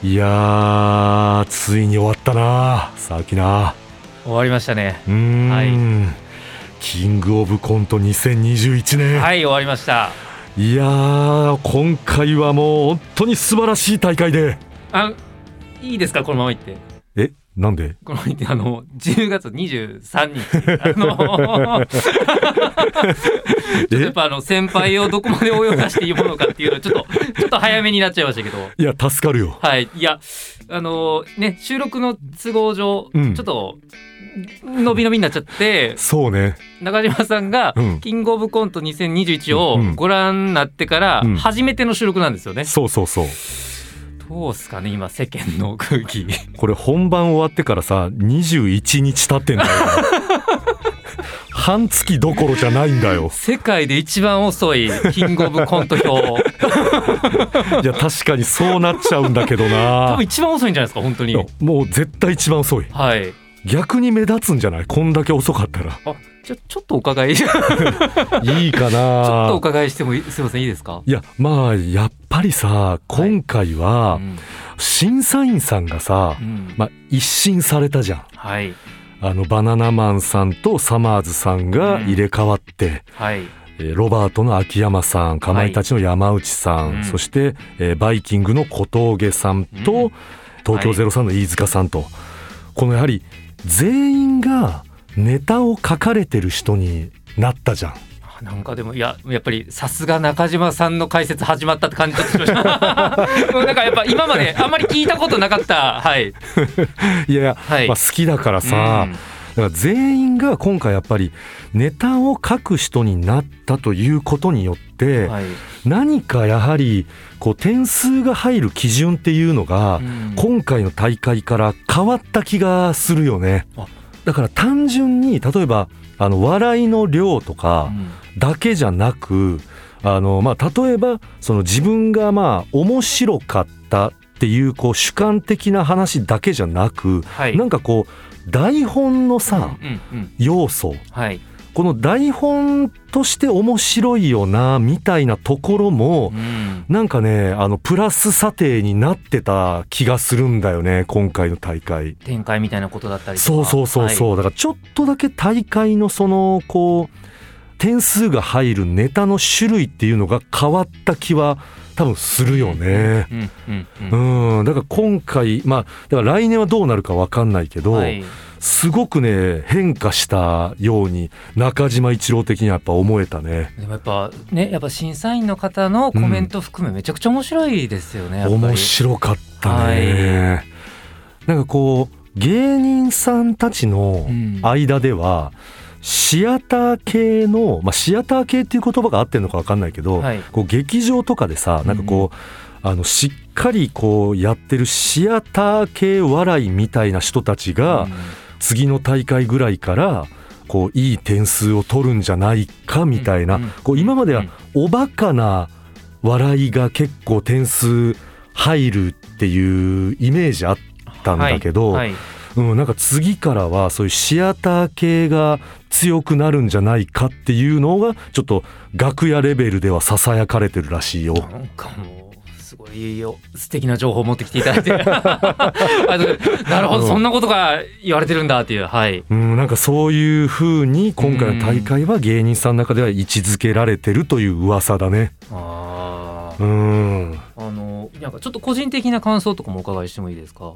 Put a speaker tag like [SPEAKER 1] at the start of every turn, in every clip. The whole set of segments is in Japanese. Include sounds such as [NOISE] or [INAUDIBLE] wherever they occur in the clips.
[SPEAKER 1] いやーついに終わったな沢木な
[SPEAKER 2] 終わりましたね
[SPEAKER 1] うーん、
[SPEAKER 2] はい
[SPEAKER 1] キングオブコント2021年、
[SPEAKER 2] [LAUGHS] はい終わりました
[SPEAKER 1] い、やー今回はもう本当に素晴らしい大会で
[SPEAKER 2] あいいですかこのまま行って
[SPEAKER 1] えなんで
[SPEAKER 2] このまま行ってあの10月23日 [LAUGHS] あのちょっと [LAUGHS] やっ
[SPEAKER 1] え
[SPEAKER 2] ぱあの先輩をどこまで泳がしていいものかっていうのはちょっと [LAUGHS] ちょっと早めになっちゃいましたけど
[SPEAKER 1] いや助かるよ
[SPEAKER 2] はいいやあのね収録の都合上、
[SPEAKER 1] うん
[SPEAKER 2] ちょっと伸び伸びになっちゃって
[SPEAKER 1] そうね
[SPEAKER 2] 中島さんが
[SPEAKER 1] うん
[SPEAKER 2] 「キングオブコント2021」を
[SPEAKER 1] うん
[SPEAKER 2] ご覧になってから
[SPEAKER 1] うん
[SPEAKER 2] 初めての収録なんですよね。
[SPEAKER 1] そうそう
[SPEAKER 2] [LAUGHS]
[SPEAKER 1] そう
[SPEAKER 2] どうすかね今世間の空気
[SPEAKER 1] これ本番終わってからさ21日経ってんだよ半月どころじゃないんだよ
[SPEAKER 2] 世界で一番遅いキングオブコン
[SPEAKER 1] [LAUGHS]
[SPEAKER 2] ト表
[SPEAKER 1] いや確かにそうなっちゃうんだけど
[SPEAKER 2] [LAUGHS] 多
[SPEAKER 1] な
[SPEAKER 2] 分一番遅いんじゃないですか本当
[SPEAKER 1] い
[SPEAKER 2] に
[SPEAKER 1] やもう絶対一番遅い
[SPEAKER 2] はい
[SPEAKER 1] 逆に目立つんじゃないこんだけ遅かったら
[SPEAKER 2] あじゃあちょっとお伺い [LAUGHS] ちょっ
[SPEAKER 1] いいかな
[SPEAKER 2] とお伺いしてもいいすいませんいいですか
[SPEAKER 1] いやまあやっぱりさ今回
[SPEAKER 2] う
[SPEAKER 1] は
[SPEAKER 2] ん
[SPEAKER 1] 審査員さんがさ、
[SPEAKER 2] うん
[SPEAKER 1] まあ、一新されたじゃん
[SPEAKER 2] はい
[SPEAKER 1] あのバナナマンさんとサマーズさんが入れ替わって、
[SPEAKER 2] はい
[SPEAKER 1] えーロバートの秋山さんかまいたちの山内さん、
[SPEAKER 2] うん
[SPEAKER 1] そして、えーバイキングの小峠さん
[SPEAKER 2] う
[SPEAKER 1] と
[SPEAKER 2] ん
[SPEAKER 1] 東京03の飯塚さんと、このやはり全員がネタを書かれてる人になった
[SPEAKER 2] [LAUGHS]
[SPEAKER 1] じゃん。
[SPEAKER 2] あなんかでもいややっぱりさすが中島さんの解説始まったって感じがしました
[SPEAKER 1] [LAUGHS]
[SPEAKER 2] なんかやっぱ今まであんまり聞いたことなかったはい
[SPEAKER 1] いやいや、
[SPEAKER 2] はい
[SPEAKER 1] まあ、好きだからさ、
[SPEAKER 2] うん
[SPEAKER 1] だから全員が今回やっぱりネタを書く人になったということによって、
[SPEAKER 2] はい
[SPEAKER 1] 何かやはりこう点数が入る基準っていうのが、
[SPEAKER 2] うん
[SPEAKER 1] 今回の大会から変わった気がするよね
[SPEAKER 2] あ。
[SPEAKER 1] だから単純に例えばあの笑いの量と
[SPEAKER 2] う
[SPEAKER 1] か
[SPEAKER 2] ん
[SPEAKER 1] だけじゃなくあの、まあ、例えばその自分がまあ面白かったっていうこう主観的な話だけじゃなく、
[SPEAKER 2] はい
[SPEAKER 1] なんかこう台本のさ、
[SPEAKER 2] うんうん
[SPEAKER 1] 要素
[SPEAKER 2] はい
[SPEAKER 1] この台本として面白いよなみたいなところも
[SPEAKER 2] うん
[SPEAKER 1] なんかねあのプラス査定になってた気がするんだよね今回の大会。
[SPEAKER 2] 展開みたいなことだったりとか
[SPEAKER 1] そうそうそうそう、
[SPEAKER 2] はい
[SPEAKER 1] だからちょっとだけ大会のそのこう点数が入るネタの種類っていうのが変わった気は多分するよね。
[SPEAKER 2] うんうんうん
[SPEAKER 1] うん、だから今回まあだから来年はどうなるかわかんないけど、
[SPEAKER 2] はい、
[SPEAKER 1] すごくね変化したように中島一郎的にはやっぱ思えたね
[SPEAKER 2] でもやっぱねやっぱ審査員の方のコメント含めめちゃくちゃ面白いですよね、やっぱり
[SPEAKER 1] 面白かったね、なんかこう芸人さんたちの
[SPEAKER 2] うん
[SPEAKER 1] 間では、シアター系の、まあ、シアター系っていう言葉が合ってるのか分かんないけど、
[SPEAKER 2] はい
[SPEAKER 1] こう劇場とかでさなんかこう、あのしっかりこうやってるシアター系笑いみたいな人たちが、
[SPEAKER 2] うん
[SPEAKER 1] 次の大会ぐらいからこういい点数を取るんじゃないかみたいな、
[SPEAKER 2] うんうん
[SPEAKER 1] こう今までは
[SPEAKER 2] うん
[SPEAKER 1] おバカな笑いが結構点数入るっていうイメージあったんだけど、
[SPEAKER 2] はいはい
[SPEAKER 1] うん、なんか次からはそういうシアター系が強くなるんじゃないかっていうのがちょっと楽屋レベルではささやかれてるらしいよ。
[SPEAKER 2] なんかもうすごいよ素敵な情報を持ってきていた
[SPEAKER 1] [LAUGHS]
[SPEAKER 2] だいてあのなるほ
[SPEAKER 1] うん
[SPEAKER 2] どそんなことが言われてるんだっていうはい
[SPEAKER 1] うん、なんかそういう風に今回の大会は芸人さんの中では位置づけられてるという噂だね。
[SPEAKER 2] あー
[SPEAKER 1] うん
[SPEAKER 2] あのなんかちょっと個人的な感想とかもお伺いしてもいいですか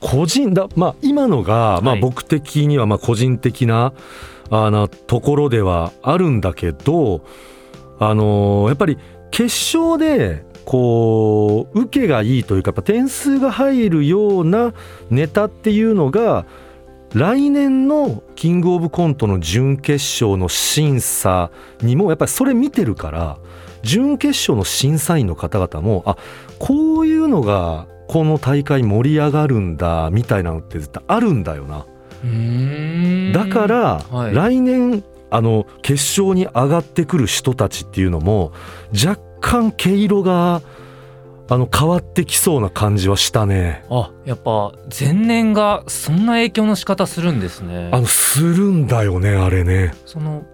[SPEAKER 1] 個人だまあ今のが、まあ
[SPEAKER 2] はい
[SPEAKER 1] 僕的にはまあ個人的なあのところではあるんだけどあのーやっぱり決勝でこう受けがいいというかやっぱ点数が入るようなネタっていうのが来年のキングオブコントの準決勝の審査にもやっぱりそれ見てるから準決勝の審査員の方々もあこういうのがこの大会盛り上がるんだみたいなのって絶対あるんだよな。
[SPEAKER 2] うーん
[SPEAKER 1] だから、
[SPEAKER 2] はい
[SPEAKER 1] 来年あの決勝に上がってくる人たちっていうのも若干毛色があの変わってきそうな感じはしたね。
[SPEAKER 2] あやっぱ前年がそんな影響の仕方するんですね
[SPEAKER 1] あのするんだよねあれね。
[SPEAKER 2] その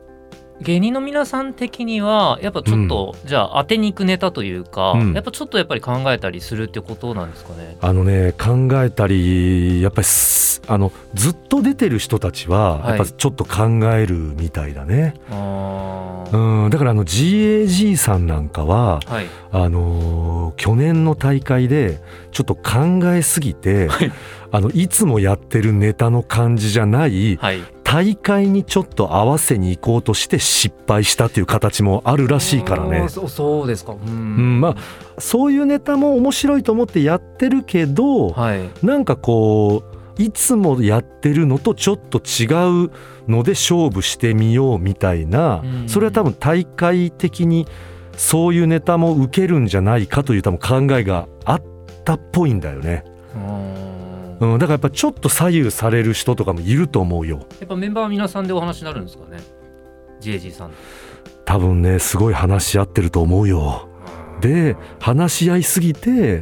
[SPEAKER 2] 芸人の皆さん的にはやっぱちょっと、じゃあ当てに行くネタというか、
[SPEAKER 1] うん
[SPEAKER 2] やっぱちょっとやっぱり考えたりするってことなんですかね
[SPEAKER 1] あのね考えたりやっぱりすあのずっと出てる人たちは
[SPEAKER 2] はい
[SPEAKER 1] やっぱちょっと考えるみたいだね。
[SPEAKER 2] あー
[SPEAKER 1] うんだからあの GAG さんなんかは
[SPEAKER 2] はい
[SPEAKER 1] あのー去年の大会でちょっと考えすぎて、
[SPEAKER 2] はい
[SPEAKER 1] い、あのいつもやってるネタの感じじゃない
[SPEAKER 2] はい
[SPEAKER 1] 大会にちょっと合わせに行こうとして失敗したっていう形もあるらしいから
[SPEAKER 2] あ
[SPEAKER 1] ね
[SPEAKER 2] ーそうそうですかうん、
[SPEAKER 1] うんまそういうネタも面白いと思ってやってるけど
[SPEAKER 2] はい
[SPEAKER 1] なんかこういつもやってるのとちょっと違うので勝負してみようみたいな
[SPEAKER 2] うん
[SPEAKER 1] それは多分大会的にそういうネタも受けるんじゃないかという多分考えがあったっぽいんだよね、
[SPEAKER 2] うーん
[SPEAKER 1] うん、だからやっぱちょっと左右される人とかもいると思うよ
[SPEAKER 2] やっぱメンバーは皆さんでお話になるんですかね JG さん
[SPEAKER 1] 多分ねすごい話し合ってると思うよで話し合いすぎて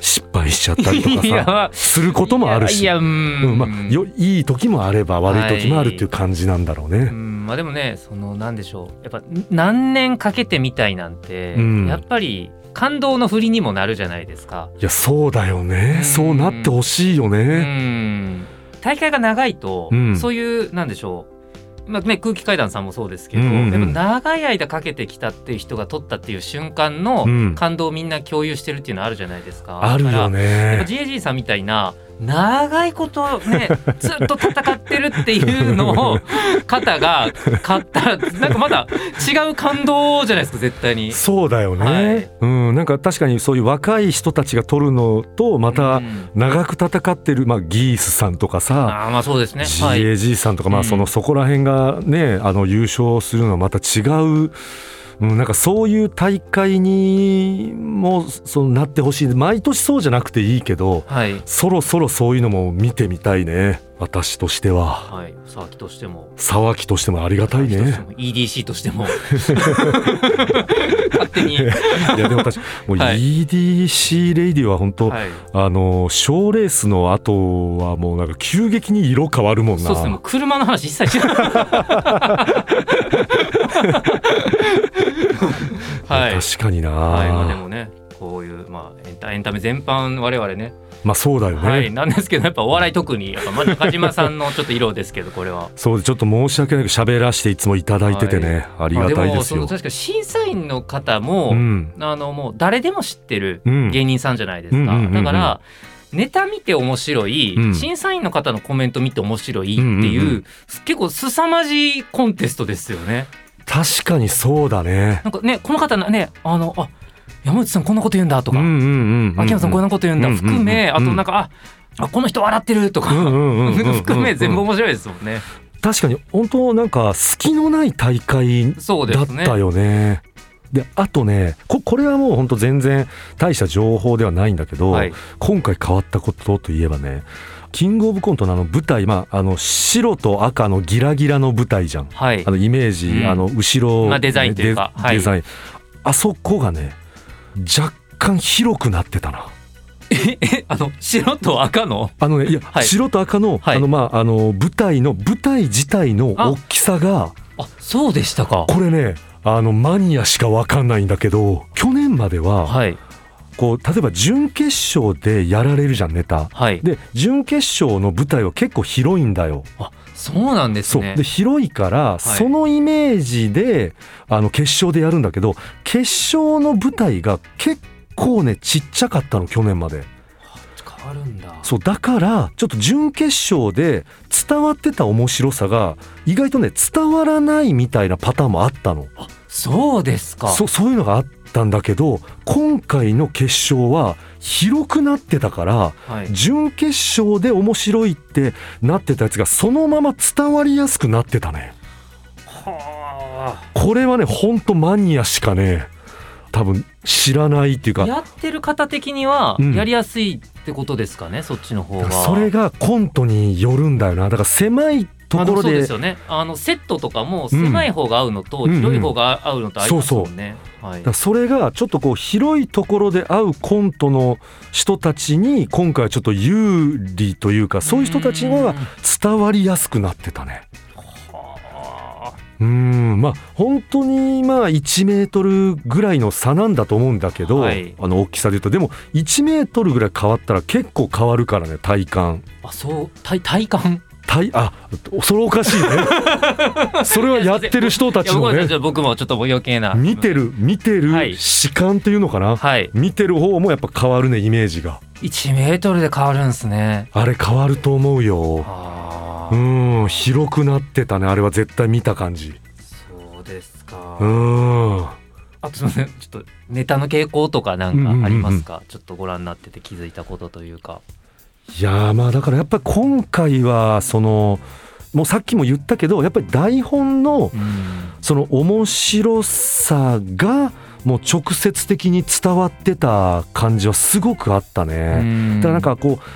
[SPEAKER 1] 失敗しちゃったりとか
[SPEAKER 2] [LAUGHS] い
[SPEAKER 1] さ
[SPEAKER 2] や
[SPEAKER 1] することもあるし
[SPEAKER 2] いやいやうん、
[SPEAKER 1] うんまあ、よいい時もあれば悪い時もあるっていう感じなんだろうね。
[SPEAKER 2] うんまあでもねそのなんでしょうやっぱ何年かけてみたいなんて、
[SPEAKER 1] うん
[SPEAKER 2] やっぱり感動の振りにもなるじゃないですか。
[SPEAKER 1] いやそうだよ
[SPEAKER 2] う
[SPEAKER 1] ね
[SPEAKER 2] ん
[SPEAKER 1] そうなってほしいよ
[SPEAKER 2] う
[SPEAKER 1] ね。
[SPEAKER 2] ん大会が長いと、
[SPEAKER 1] うん
[SPEAKER 2] そういうなんでしょう、まあね、空気階段さんもそうですけど、
[SPEAKER 1] うんうんうん
[SPEAKER 2] やっぱ長い間かけてきたっていう人が取ったっていう瞬間の
[SPEAKER 1] うん
[SPEAKER 2] 感動をみんな共有してるっていうのはあるじゃないですか。
[SPEAKER 1] ある
[SPEAKER 2] だから
[SPEAKER 1] よ
[SPEAKER 2] やっ
[SPEAKER 1] ね
[SPEAKER 2] ぱ。GAG さんみたいな長いこと
[SPEAKER 1] [LAUGHS]
[SPEAKER 2] ねずっと戦ってるっていうのを方が買ったらなんかまだ違う感動じゃないですか絶対に。
[SPEAKER 1] そうだよね、
[SPEAKER 2] はい
[SPEAKER 1] うんなんか確かにそういう若い人たちが取るのとま
[SPEAKER 2] う
[SPEAKER 1] た
[SPEAKER 2] ん
[SPEAKER 1] 長く戦ってる、まあ、ギースさんとかさ、
[SPEAKER 2] あーまあそうですね。はい。
[SPEAKER 1] GAG さんとか、まあ、
[SPEAKER 2] うん
[SPEAKER 1] そのそこら辺がねあの優勝するのはまた違う、うん、なんかそういう大会にもそうなってほしい毎年そうじゃなくていいけど
[SPEAKER 2] はい。
[SPEAKER 1] そろそろそういうのも見てみたいね私としては
[SPEAKER 2] はい。沢木としても。
[SPEAKER 1] 沢木としてもありがたい
[SPEAKER 2] 沢木として
[SPEAKER 1] ね
[SPEAKER 2] も EDC
[SPEAKER 1] [LAUGHS]
[SPEAKER 2] としても勝手に、
[SPEAKER 1] いやでも私もう
[SPEAKER 2] [LAUGHS] はい
[SPEAKER 1] EDC レイディオは本当、
[SPEAKER 2] はい、
[SPEAKER 1] あの賞レースの後はもうなんか急激に色変わるもんな
[SPEAKER 2] そうですねもう車の話一
[SPEAKER 1] [LAUGHS]
[SPEAKER 2] 切しないはい
[SPEAKER 1] 確かにな、
[SPEAKER 2] はい、まあでもね、こういう、まあ、エンタエンタメ全般、我々ね、
[SPEAKER 1] まあそうだよね、
[SPEAKER 2] はい、なんですけど、やっぱお笑い特に、やっぱ、まあ中島さんのちょっと色ですけど、これは。
[SPEAKER 1] そうでちょっと申し訳なく喋らせていつもいただいててね、ありが
[SPEAKER 2] ま
[SPEAKER 1] た
[SPEAKER 2] あ
[SPEAKER 1] い
[SPEAKER 2] で
[SPEAKER 1] で
[SPEAKER 2] も、
[SPEAKER 1] す
[SPEAKER 2] そ
[SPEAKER 1] よ。
[SPEAKER 2] の、確か審査員の方も、
[SPEAKER 1] うん、
[SPEAKER 2] あの、もう誰でも知ってる
[SPEAKER 1] うん、
[SPEAKER 2] 芸人さんじゃないです
[SPEAKER 1] うんうんうん
[SPEAKER 2] か。
[SPEAKER 1] うん
[SPEAKER 2] だから、ネタ見て面白い、
[SPEAKER 1] うん
[SPEAKER 2] 審査員の方のコメント見て面白いっていう、
[SPEAKER 1] うんうんう
[SPEAKER 2] 結構凄まじいコンテストですよね。
[SPEAKER 1] 確かにそうだね。
[SPEAKER 2] なんかね、この方ね、あの、あ、山内さんこんなこと言うんだと
[SPEAKER 1] うん
[SPEAKER 2] か、
[SPEAKER 1] うんうんうん。
[SPEAKER 2] 秋山さんこんなこと言うんだ
[SPEAKER 1] うんうんうん
[SPEAKER 2] 含め、あと
[SPEAKER 1] うん
[SPEAKER 2] なんか、あ、あこの人笑ってるとか、
[SPEAKER 1] うんうんうんうんうん
[SPEAKER 2] [LAUGHS] 含め全部面白いですもんね。
[SPEAKER 1] 確かに本当なんか隙のない大会
[SPEAKER 2] そうで
[SPEAKER 1] だっ
[SPEAKER 2] すね。
[SPEAKER 1] たよね。であとねここれはもう本当全然大した情報ではないんだけど、
[SPEAKER 2] はい。
[SPEAKER 1] 今回変わったことといえばねキングオブコントのあの舞台、まあ、あの白と赤のギラギラの舞台じゃん。
[SPEAKER 2] はい
[SPEAKER 1] あ。のイメージ、
[SPEAKER 2] うん
[SPEAKER 1] あの後ろ、
[SPEAKER 2] まあデザインというか
[SPEAKER 1] デ
[SPEAKER 2] はい
[SPEAKER 1] デザインあそこがね若干広くなってたな
[SPEAKER 2] えあの白と赤の。
[SPEAKER 1] あのねいや、
[SPEAKER 2] はい
[SPEAKER 1] 白と赤の,、
[SPEAKER 2] はい
[SPEAKER 1] あのまああの舞台の舞台自体の
[SPEAKER 2] あ
[SPEAKER 1] 大きさが
[SPEAKER 2] あそうでしたか。
[SPEAKER 1] これねあのマニアしかわかんないんだけど去年までは、
[SPEAKER 2] はい
[SPEAKER 1] こう例えば準決勝でやられるじゃんネタ
[SPEAKER 2] はい。
[SPEAKER 1] で準決勝の舞台は結構広いんだよ
[SPEAKER 2] あそうなんです
[SPEAKER 1] そう
[SPEAKER 2] ね
[SPEAKER 1] で。広いから、
[SPEAKER 2] い
[SPEAKER 1] そのイメージであの決勝でやるんだけど決勝の舞台が結構ねちっちゃかったの去年まで
[SPEAKER 2] 変わるんだ。
[SPEAKER 1] そうだからちょっと準決勝で伝わってた面白さが意外とね伝わらないみたいなパターンもあったの
[SPEAKER 2] そうですか。
[SPEAKER 1] そそういうのがあったんだけど今回の決勝は広くなってたから
[SPEAKER 2] はい。
[SPEAKER 1] 準決勝で面白いってなってたやつがそのまま伝わりやすくなってたね
[SPEAKER 2] は
[SPEAKER 1] これはね、ほんとマニアしかね、多分知らないっていうか
[SPEAKER 2] やってる方的には
[SPEAKER 1] うん
[SPEAKER 2] やりやすいってことですかね、そっちの方が
[SPEAKER 1] それがコントによるんだよなだから狭いと
[SPEAKER 2] まあ
[SPEAKER 1] ころ
[SPEAKER 2] もそう
[SPEAKER 1] で
[SPEAKER 2] ですよねあのセットとかも狭い方が合うのと、
[SPEAKER 1] うん
[SPEAKER 2] 広い方が合うのとありますもんね、は
[SPEAKER 1] だ
[SPEAKER 2] い
[SPEAKER 1] からそれがちょっとこう広いところで会うコントの人たちに今回はちょっと有利というかそういう人たちの方が伝わりやすくなってたね。
[SPEAKER 2] はあ
[SPEAKER 1] うんまあ本当にまあ1メートルぐらいの差なんだと思うんだけど、
[SPEAKER 2] はい
[SPEAKER 1] あの大きさで言うとでも1メートルぐらい変わったら結構変わるからね体感
[SPEAKER 2] あそう体体感
[SPEAKER 1] 体あそれおかし
[SPEAKER 2] [LAUGHS]
[SPEAKER 1] いねそれはやってる人た
[SPEAKER 2] い
[SPEAKER 1] ち
[SPEAKER 2] や
[SPEAKER 1] の
[SPEAKER 2] 僕も
[SPEAKER 1] ね
[SPEAKER 2] ちょっと僕もちょっと余計な
[SPEAKER 1] 見てる見てる
[SPEAKER 2] はい
[SPEAKER 1] 視観っていうのかな、
[SPEAKER 2] はい
[SPEAKER 1] 見てる方もやっぱ変わるねイメージが
[SPEAKER 2] 1メートルで変わるんですね
[SPEAKER 1] あれ変わると思うよ
[SPEAKER 2] ああ、
[SPEAKER 1] うん広くなってたねあれは絶対見た感じ
[SPEAKER 2] そうですか、
[SPEAKER 1] うん
[SPEAKER 2] あとすみませんちょっとネタの傾向とかなんかありますか、ちょっとご覧になってて気づいたことというか
[SPEAKER 1] いやーまあだからやっぱり今回はそのもうさっきも言ったけどやっぱり台本の
[SPEAKER 2] うん
[SPEAKER 1] その面白さがもう直接的に伝わってた感じはすごくあったね。だからなんかこう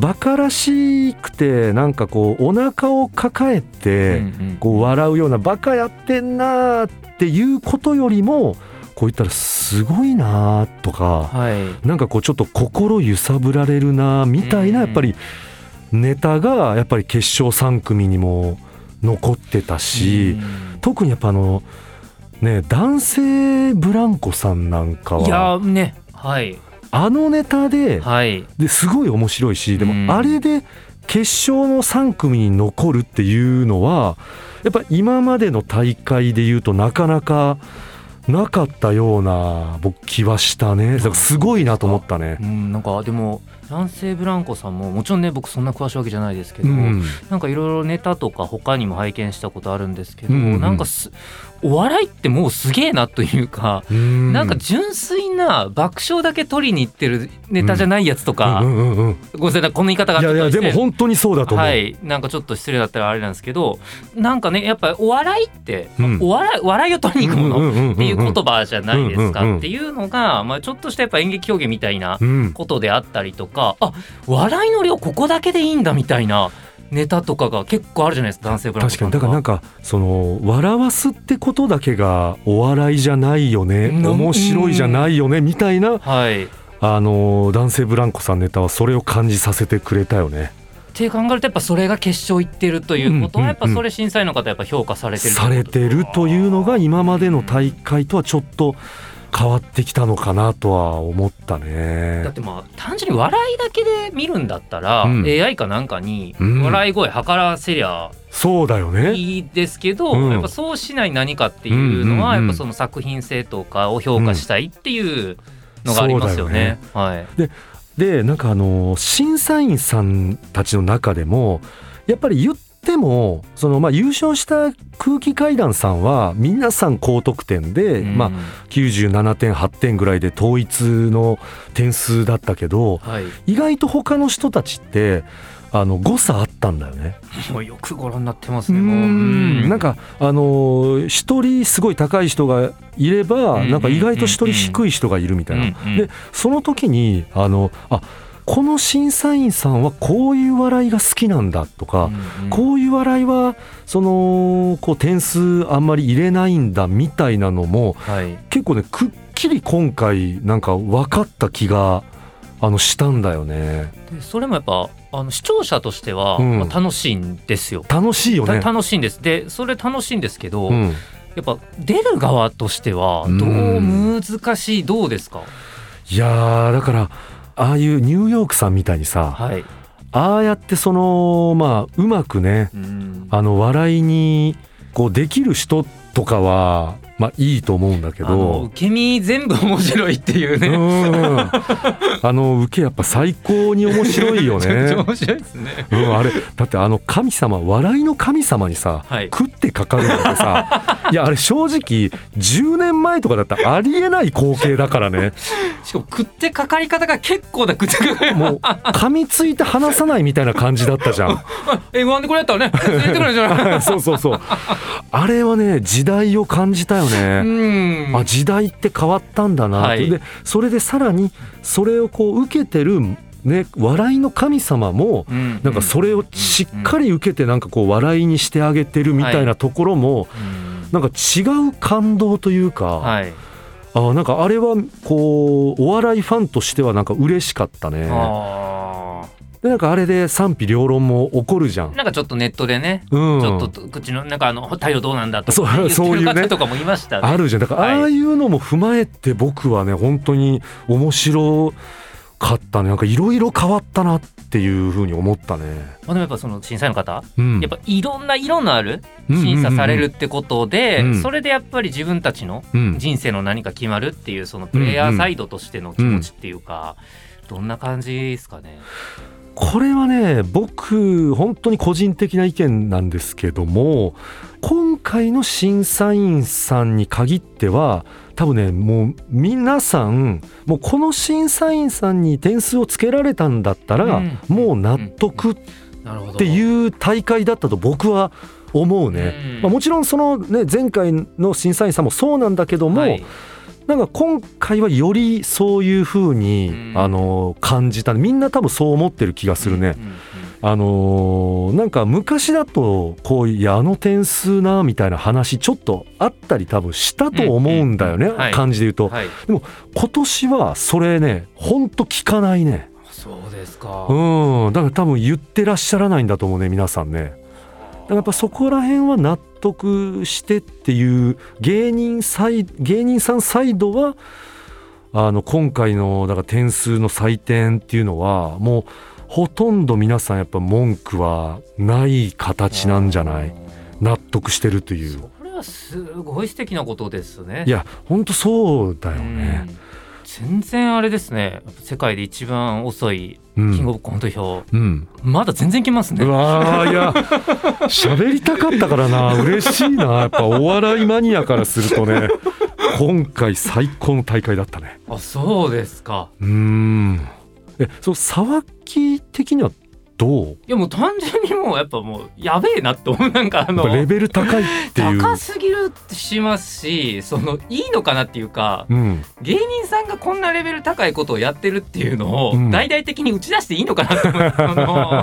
[SPEAKER 1] バカらしくてなんかこうお腹を抱えて、こう笑うようなバカやってんなーっていうことよりもこう言ったらすごいなーとか
[SPEAKER 2] はい
[SPEAKER 1] なんかこうちょっと心揺さぶられるなーみたいな
[SPEAKER 2] う
[SPEAKER 1] や
[SPEAKER 2] ん
[SPEAKER 1] っぱりネタがやっぱり決勝3組にも残ってたし特にやっぱあのね男性ブランコさんなんか
[SPEAKER 2] いや
[SPEAKER 1] は
[SPEAKER 2] ーねはい
[SPEAKER 1] あのネタで
[SPEAKER 2] はい
[SPEAKER 1] ですごい面白いしで
[SPEAKER 2] うん
[SPEAKER 1] もあれで決勝の3組に残るっていうのはやっぱ今までの大会でいうとなかなかなかったような僕気はしたねだからすごいなと思ったね
[SPEAKER 2] う。んなんかでも男性ブランコさんももちろんね僕そんな詳しいわけじゃないですけ
[SPEAKER 1] う
[SPEAKER 2] ど、
[SPEAKER 1] ん、
[SPEAKER 2] なんかいろいろネタとか他にも拝見したことあるんですけど、
[SPEAKER 1] うんうん
[SPEAKER 2] なんかすお笑いってもうすげえなというか、
[SPEAKER 1] うん
[SPEAKER 2] なんか純粋な爆笑だけ取りに行ってるネタじゃないやつとか、
[SPEAKER 1] うんうんうんうん
[SPEAKER 2] ごめんなさいこの言い方が
[SPEAKER 1] いやいや
[SPEAKER 2] ちょ
[SPEAKER 1] で
[SPEAKER 2] っと失礼
[SPEAKER 1] も本当にそうだと思う、
[SPEAKER 2] はい、なんかちょっと失礼だったらあれなんですけどなんかねやっぱお笑いって、
[SPEAKER 1] うん
[SPEAKER 2] お笑い笑いを取りに行くもの
[SPEAKER 1] っ
[SPEAKER 2] っていう言葉じゃないです
[SPEAKER 1] うんうんう
[SPEAKER 2] か
[SPEAKER 1] ん
[SPEAKER 2] っていうのが、まあ、ちょっとしたやっぱ演劇表現みたいな
[SPEAKER 1] うん
[SPEAKER 2] ことであったりとかあ笑いの量ここだけでいいんだみたいなネタとかが結構あるじゃないですか男性ブランコ
[SPEAKER 1] 確か
[SPEAKER 2] さん
[SPEAKER 1] に
[SPEAKER 2] と
[SPEAKER 1] だ
[SPEAKER 2] か
[SPEAKER 1] からなんかその笑わすってことだけがお笑いじゃないよね
[SPEAKER 2] うん
[SPEAKER 1] 面白いじゃないよねみたいな
[SPEAKER 2] はい、っ
[SPEAKER 1] あのー男性ブランコさんネタはそれを感じさせてくれたよね。
[SPEAKER 2] て考えるとやっぱそれが決勝行ってるということは、
[SPEAKER 1] うんうんうん
[SPEAKER 2] やっぱそれ審査員の方やっぱ評価されてる
[SPEAKER 1] されてるというのが今までの大
[SPEAKER 2] 対
[SPEAKER 1] 会とはちょっと変わってきたのかなとは思った
[SPEAKER 2] だっ
[SPEAKER 1] ね。
[SPEAKER 2] てまあ単純に笑いだけで見るんだったら、
[SPEAKER 1] うん
[SPEAKER 2] AI かなんかに
[SPEAKER 1] うん
[SPEAKER 2] 笑い声測らせりゃ
[SPEAKER 1] そうだよね。
[SPEAKER 2] いいですけど、
[SPEAKER 1] うん
[SPEAKER 2] やっぱそうしない何かっていうの
[SPEAKER 1] うん
[SPEAKER 2] は、
[SPEAKER 1] うんうん
[SPEAKER 2] やっぱその作品性とかを評価したいっていうのがありますよね。はい、
[SPEAKER 1] でなんかあのー審査員さんたちの中でもやっぱり言ってもそのまあ優勝した空気階段さんは皆さん高得点で、まあ、97点8点ぐらいで統一の点数だったけど、
[SPEAKER 2] あ、はい、
[SPEAKER 1] 意外と他の人たちってあの誤差あったんだよね。
[SPEAKER 2] もうよくご覧になってますね。もううん
[SPEAKER 1] なんかあのー一人すごい高い人がいれば、
[SPEAKER 2] うん
[SPEAKER 1] なんか意外と一人低い人がいるみたいな。
[SPEAKER 2] うんうん
[SPEAKER 1] でその時にあのあこの審査員さんはこういう笑いが好きなんだとか。
[SPEAKER 2] うんうん
[SPEAKER 1] こういう笑いはそのこう点数あんまり入れないんだみたいなのも
[SPEAKER 2] はい、
[SPEAKER 1] 結構ねくっきり今回なんか分かった気があのしたんだよね
[SPEAKER 2] でそれもやっぱあの視聴者としては、
[SPEAKER 1] うん
[SPEAKER 2] まあ、楽しいんですよ。
[SPEAKER 1] 楽しいよ
[SPEAKER 2] た
[SPEAKER 1] ね
[SPEAKER 2] 楽しいんですでそれ楽しいんですけど、
[SPEAKER 1] うん、
[SPEAKER 2] やっぱ出る側としてはどう
[SPEAKER 1] うん
[SPEAKER 2] 難しいどうですか、
[SPEAKER 1] いやーだからああいうニューヨークさんみたいにさ
[SPEAKER 2] はい、
[SPEAKER 1] ああやってそのまあうまくねあの笑いにこうできる人とかはまあいいと思うんだけ
[SPEAKER 2] あの
[SPEAKER 1] ど。
[SPEAKER 2] 受け身全部面白いっていう
[SPEAKER 1] う
[SPEAKER 2] ね。 [LAUGHS]
[SPEAKER 1] んあの受けやっぱ最高に面白いよ
[SPEAKER 2] [LAUGHS] めち
[SPEAKER 1] ね
[SPEAKER 2] ゃ。くちゃ面白いですね。
[SPEAKER 1] うん、あれだってあの神様笑いの神様にさ、
[SPEAKER 2] はい
[SPEAKER 1] 食ってかかるなんて
[SPEAKER 2] [LAUGHS]
[SPEAKER 1] さいやあれ正直10年前とかだったらありえない光景だからね
[SPEAKER 2] しかも食ってかかり方が結構な食ってかかり方。 [LAUGHS]
[SPEAKER 1] もう噛みついて離さないみたいな感じだったじゃ
[SPEAKER 2] [LAUGHS]
[SPEAKER 1] ん [LAUGHS]
[SPEAKER 2] え、ご飯でこれやったらね、連れてくるんじゃない。
[SPEAKER 1] そうそうそうあれはね時代を感じたよよね。
[SPEAKER 2] うん
[SPEAKER 1] あ時代って変わったんだな、
[SPEAKER 2] はい
[SPEAKER 1] でそれでさらにそれをこう受けてる、ね、笑いの神様も
[SPEAKER 2] うん
[SPEAKER 1] なんかそれをしっかり受けてなんかこう笑いにしてあげてるみたいなところも
[SPEAKER 2] うん
[SPEAKER 1] なんか違う感動というか、
[SPEAKER 2] はい
[SPEAKER 1] あなんかあれはこうお笑いファンとしてはなんか嬉しかったね
[SPEAKER 2] あ
[SPEAKER 1] でなんかあれで賛否両論も起こるじゃん
[SPEAKER 2] ー。なんかちょっとネットでね
[SPEAKER 1] うん、
[SPEAKER 2] ちょっとと口のなんかあの態度どうなんだと
[SPEAKER 1] そう
[SPEAKER 2] か言って
[SPEAKER 1] そういう
[SPEAKER 2] る
[SPEAKER 1] ね
[SPEAKER 2] 方とかもいましたね
[SPEAKER 1] あるじゃんだから
[SPEAKER 2] はい
[SPEAKER 1] ああいうのも踏まえて僕はね本当に面白かったねなんかいろいろ変わったなっていうふうに思ったね。
[SPEAKER 2] まあでもやっぱその審査員の方、
[SPEAKER 1] うん、
[SPEAKER 2] やっぱいろんな色のある審査されるってこと
[SPEAKER 1] うんう
[SPEAKER 2] で、
[SPEAKER 1] んうんうん
[SPEAKER 2] それでやっぱり自分たちの
[SPEAKER 1] うん
[SPEAKER 2] 人生の何か決まるっていうそのプレイヤーサイドとしての気持ちっていうか、どんな感じですかね。
[SPEAKER 1] これはね僕本当に個人的な意見なんですけども今回の審査員さんに限っては多分ねもう皆さんもうこの審査員さんに点数をつけられたんだったら、
[SPEAKER 2] うん
[SPEAKER 1] もう納得っ
[SPEAKER 2] なるほど
[SPEAKER 1] て
[SPEAKER 2] う
[SPEAKER 1] いう大会だったと僕は思うね。
[SPEAKER 2] ん
[SPEAKER 1] まあ、もちろんその、ね、前回の審査員さんもそうなんだけども、
[SPEAKER 2] はい
[SPEAKER 1] なんか今回はよりそういうふうに、
[SPEAKER 2] うん
[SPEAKER 1] あの感じたみんな多分そう思ってる気がするね
[SPEAKER 2] う。んうんうん
[SPEAKER 1] あのーなんか昔だとこういやあの点数なみたいな話ちょっとあったり多分したと思うんだよね、
[SPEAKER 2] うんうんうんはい
[SPEAKER 1] 感じで言うと、
[SPEAKER 2] はい、
[SPEAKER 1] 今年はそれねほんと聞かないね
[SPEAKER 2] そうですか。
[SPEAKER 1] うんだから多分言ってらっしゃらないんだと思うね皆さんねだからやっぱそこら辺は納得してっていう芸人サイ芸人さんサイドはあの今回のだから点数の採点っていうのはもうほとんど皆さんやっぱ文句はない形なんじゃない納得してるという
[SPEAKER 2] これはすごい素敵なことですね。
[SPEAKER 1] いやほんとそうだよね、
[SPEAKER 2] うん全然あれですね世界で一番遅い
[SPEAKER 1] うん
[SPEAKER 2] キングオブコント表、
[SPEAKER 1] うん、
[SPEAKER 2] まだ全然来ますね
[SPEAKER 1] うわーいや喋りたかったからな嬉しいなやっぱお笑いマニアからするとね今回最高の大会だったね
[SPEAKER 2] あそうですか
[SPEAKER 1] うーんえその沢木的にはどう
[SPEAKER 2] いやもう単純にもうやっぱもうやべえなって思うなんかあ
[SPEAKER 1] やっ
[SPEAKER 2] の
[SPEAKER 1] ぱレベル高いっていう
[SPEAKER 2] 高すぎるってしますしそのいいのかなっていうか
[SPEAKER 1] うん、
[SPEAKER 2] 芸人さんがこんなレベル高いことをやってるっていうの
[SPEAKER 1] う
[SPEAKER 2] を
[SPEAKER 1] ん
[SPEAKER 2] 大々的に打ち出していいのかなって思う
[SPEAKER 1] [LAUGHS]
[SPEAKER 2] あの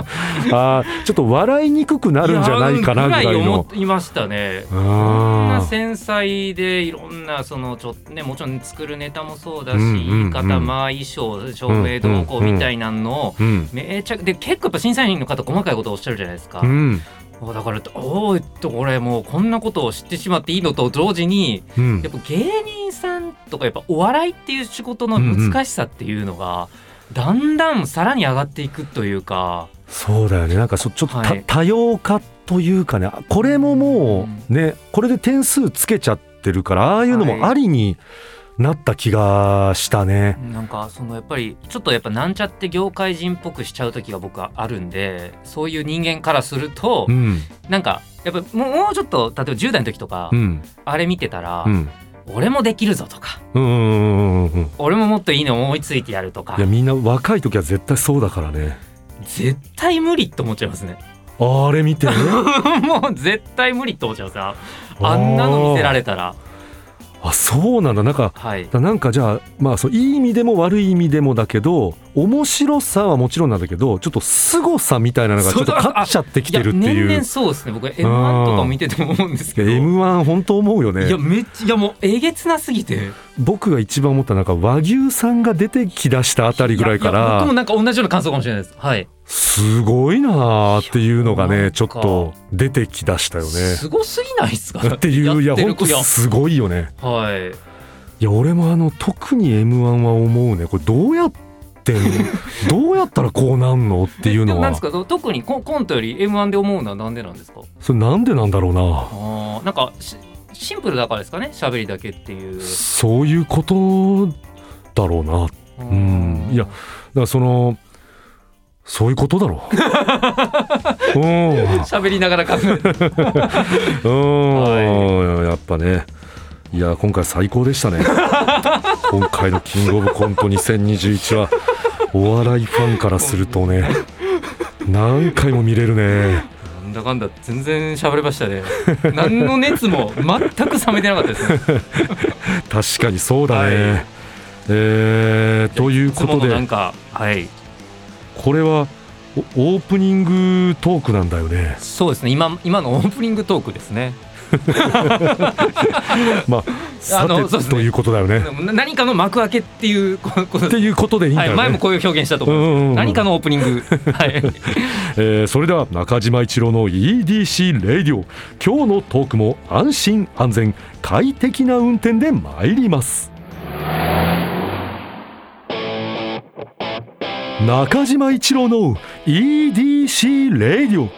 [SPEAKER 1] あーちょっと笑いにくくなるんじゃないかなぐらい
[SPEAKER 2] やうんぐらい
[SPEAKER 1] の
[SPEAKER 2] 思いましたね
[SPEAKER 1] う
[SPEAKER 2] こん
[SPEAKER 1] ー
[SPEAKER 2] なん繊細でいろんなそのちょっとねもちろん作るネタもそうだし、
[SPEAKER 1] うんうんうん
[SPEAKER 2] 言い方まあ衣装照明動向みたいなのを
[SPEAKER 1] うん
[SPEAKER 2] めちゃくで結構やっぱ審査員の方細かいことをおっしゃるじゃないですか、
[SPEAKER 1] うん
[SPEAKER 2] もうだからおおっとこれもうこんなことを知ってしまっていいのと同時に
[SPEAKER 1] うん
[SPEAKER 2] やっぱ芸人さんとかやっぱお笑いっていう仕事の難しさっていうのが、だんだんさらに上がっていくというか
[SPEAKER 1] そうだよねなんかそちょっとた、
[SPEAKER 2] はい
[SPEAKER 1] 多様化というかねあこれももうねこれで点数つけちゃってるからああいうのもありになった気がしたね。
[SPEAKER 2] なんかそのやっぱりちょっとやっぱなんちゃって業界人っぽくしちゃう時が僕はあるんでそういう人間からすると
[SPEAKER 1] うん
[SPEAKER 2] なんかやっぱもうもうちょっと例えば10代の時とか
[SPEAKER 1] うん
[SPEAKER 2] あれ見てたら
[SPEAKER 1] うん
[SPEAKER 2] 俺もできるぞとか
[SPEAKER 1] うんうんうんうん
[SPEAKER 2] 俺ももっといいの思いついてやるとか
[SPEAKER 1] いやみんな若い時は絶対そうだからね
[SPEAKER 2] 絶対無理って思っちゃいますね [LAUGHS]
[SPEAKER 1] あれ見てる
[SPEAKER 2] もう絶対無理って思っちゃいますあ [LAUGHS] あんなの見せられたら
[SPEAKER 1] あそうなんだなんか
[SPEAKER 2] はい
[SPEAKER 1] なんかじゃあまあそういい意味でも悪い意味でもだけど面白さはもちろんなんだけどちょっと凄さみたいなのがちょっと勝っちゃってきてるって
[SPEAKER 2] や
[SPEAKER 1] いう
[SPEAKER 2] 年々
[SPEAKER 1] い
[SPEAKER 2] そうですね僕 m 1とか見てても思うんですけ
[SPEAKER 1] や
[SPEAKER 2] ど
[SPEAKER 1] m 1本当思うよね
[SPEAKER 2] いやめっちゃいやもうえげつなすぎて。
[SPEAKER 1] 僕が一番思ったのはなんか和牛さんが出てきだしたあたりぐらいか
[SPEAKER 2] やや僕も
[SPEAKER 1] ら
[SPEAKER 2] なんか同じような感想かもしれないです。はい。
[SPEAKER 1] すごいなーっていうのが
[SPEAKER 2] いやな
[SPEAKER 1] ね
[SPEAKER 2] んか
[SPEAKER 1] ちょっと出てきだしたよね。
[SPEAKER 2] すごすぎないですか。
[SPEAKER 1] っていういや
[SPEAKER 2] ってる
[SPEAKER 1] 本当
[SPEAKER 2] 子や
[SPEAKER 1] すごいよね。
[SPEAKER 2] はい。
[SPEAKER 1] いや俺もあの特に m 1は思うねこれどうやってん
[SPEAKER 2] [LAUGHS]
[SPEAKER 1] どうやったらこうなんのっていう
[SPEAKER 2] で
[SPEAKER 1] の
[SPEAKER 2] もなん
[SPEAKER 1] は
[SPEAKER 2] ですか特にココントより M1 で思うのはなんでなんですか。
[SPEAKER 1] それなんでなんだろうな
[SPEAKER 2] ああ、なんかしシンプルだからですかね。喋りだけっていう。
[SPEAKER 1] そういうことだろうなだかんいやらそのそういうことだろ
[SPEAKER 2] [LAUGHS]
[SPEAKER 1] ううん
[SPEAKER 2] 喋りながら考えて。
[SPEAKER 1] うーん、やっぱねいや今回最高でしたね [LAUGHS] 今回の「キングオブコント2021」はお笑いファンからするとね何回も見れるね
[SPEAKER 2] なんだかんだ全然喋れましたね何の熱も全く冷めてなかったです
[SPEAKER 1] [LAUGHS]
[SPEAKER 2] ね
[SPEAKER 1] 確かにそうだね、
[SPEAKER 2] はい
[SPEAKER 1] えーという
[SPEAKER 2] いつ
[SPEAKER 1] こ
[SPEAKER 2] も
[SPEAKER 1] と
[SPEAKER 2] のな
[SPEAKER 1] で
[SPEAKER 2] んかはい
[SPEAKER 1] これはおオープニングトークなんだよね
[SPEAKER 2] そうですね今今のオープニングトークですね
[SPEAKER 1] まあさて
[SPEAKER 2] そうですね
[SPEAKER 1] ということだよね
[SPEAKER 2] な [LAUGHS] 何かの幕開けっていうここと
[SPEAKER 1] って
[SPEAKER 2] です
[SPEAKER 1] いうことでいいんだ
[SPEAKER 2] は
[SPEAKER 1] よ
[SPEAKER 2] い、
[SPEAKER 1] ね、
[SPEAKER 2] 前もこういう表現したと思います
[SPEAKER 1] うんうんうん
[SPEAKER 2] 何かのオープニン [LAUGHS] グはい
[SPEAKER 1] えーそれでは中島一郎の EDC レイディオ今日のトークも安心安全快適な運転で参ります中島一郎の EDC レイディオ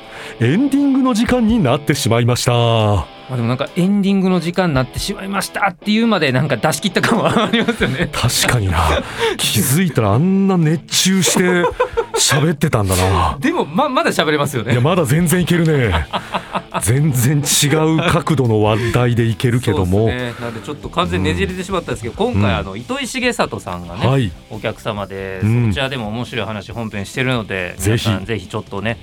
[SPEAKER 1] エンディングの時間になってしまいました
[SPEAKER 2] まあでもなんかエンディングの時間になってしまいましたっていうまでなんか出し切った感はありますよね
[SPEAKER 1] 確かにな気づいたらあんな熱中して喋ってたんだな
[SPEAKER 2] [LAUGHS] でもままだ喋れますよ
[SPEAKER 1] いや
[SPEAKER 2] ね
[SPEAKER 1] まだ全然いけるね全然違う角度の話題でいけるけど
[SPEAKER 2] そう
[SPEAKER 1] も、
[SPEAKER 2] ですねなんでちょっと完全にねじれてしまったんですけど、今
[SPEAKER 1] う
[SPEAKER 2] 回
[SPEAKER 1] ん
[SPEAKER 2] あの糸井重里さんがね、
[SPEAKER 1] はい
[SPEAKER 2] お客様で、
[SPEAKER 1] うん
[SPEAKER 2] そちらでも面白い話本編してるので
[SPEAKER 1] ぜひ
[SPEAKER 2] 皆さんぜひちょっとね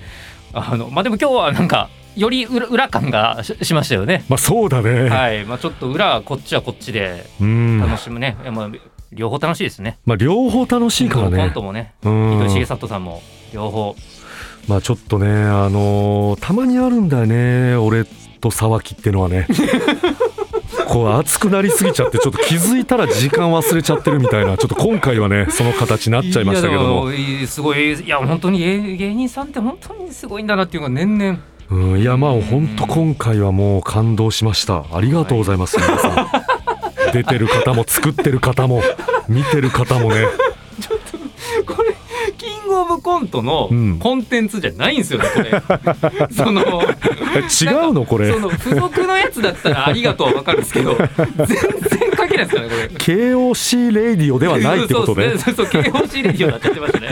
[SPEAKER 2] あのまあでも今日はなんかより裏裏感がししましたよね
[SPEAKER 1] まあそうだね、
[SPEAKER 2] はいまあちょっと裏はこっちはこっちで
[SPEAKER 1] うん
[SPEAKER 2] 楽しむね、いやまあ両方楽しいですね
[SPEAKER 1] まあ両方楽しいから
[SPEAKER 2] コン
[SPEAKER 1] ね
[SPEAKER 2] トもね
[SPEAKER 1] うん
[SPEAKER 2] 糸井重里さんも両方
[SPEAKER 1] まあちょっとねあのーたまにあるんだよね俺と沢木ってのは
[SPEAKER 2] [LAUGHS]
[SPEAKER 1] ねこう熱くなりすぎちゃってちょっと気づいたら時間忘れちゃってるみたいなちょっと今回はねその形になっちゃいましたけども
[SPEAKER 2] いやでもすごいいや本当に芸芸人さんって本当にすごいんだなっていうのが年々 [LAUGHS]
[SPEAKER 1] うん、いやまあ本当今回はもう感動しましたありがとうございます、皆さん出てる方も作ってる方も見てる方もね
[SPEAKER 2] これキングオブコントの
[SPEAKER 1] うん
[SPEAKER 2] コンテンツじゃないんですよね、
[SPEAKER 1] [LAUGHS]
[SPEAKER 2] これその
[SPEAKER 1] え違うのこれ
[SPEAKER 2] その付属のやつだったらありがとうはわかるんですけど全然書けないですよねこれ
[SPEAKER 1] KOC レイディオではないってことね
[SPEAKER 2] そうそうそう KOC レディオになっちゃって
[SPEAKER 1] [LAUGHS]
[SPEAKER 2] ましたね、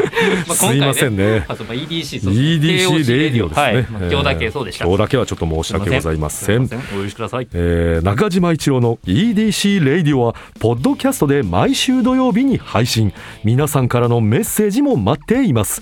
[SPEAKER 2] まあ
[SPEAKER 1] すいませんね
[SPEAKER 2] あそうまあ EDC と
[SPEAKER 1] EDC レイディオですね、
[SPEAKER 2] はいまあ、今日だ
[SPEAKER 1] え
[SPEAKER 2] け
[SPEAKER 1] ー
[SPEAKER 2] そうでした、
[SPEAKER 1] 今日だけはちょっと申し訳ございません
[SPEAKER 2] すいませんお許しください
[SPEAKER 1] えー中島一郎の EDC レイディオはポッドキャストで毎週土曜日に配信皆さんからのメッセージも待っています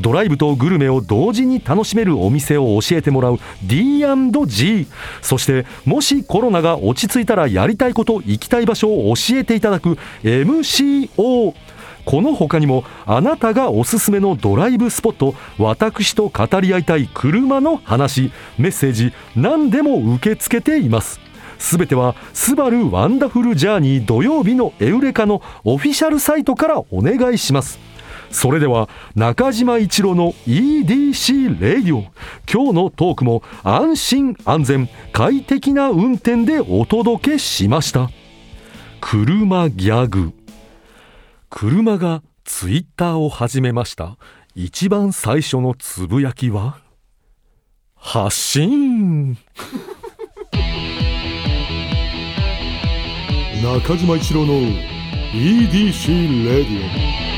[SPEAKER 1] ドライブとグルメを同時に楽しめるお店を教えてもらう D&G そしてもしコロナが落ち着いたらやりたいこと行きたい場所を教えていただく MCO この他にもあなたがおすすめのドライブスポット私と語り合いたい車の話メッセージ何でも受け付けていますすべては「スバルワンダフルジャーニー土曜日のエウレカ」のオフィシャルサイトからお願いしますそれでは中島一郎の EDC レイディオ今日のトークも安心安全快適な運転でお届けしました車ギャグ車がツイッターを始めました一番最初のつぶやきは発信
[SPEAKER 3] 中島一郎の EDC レディオ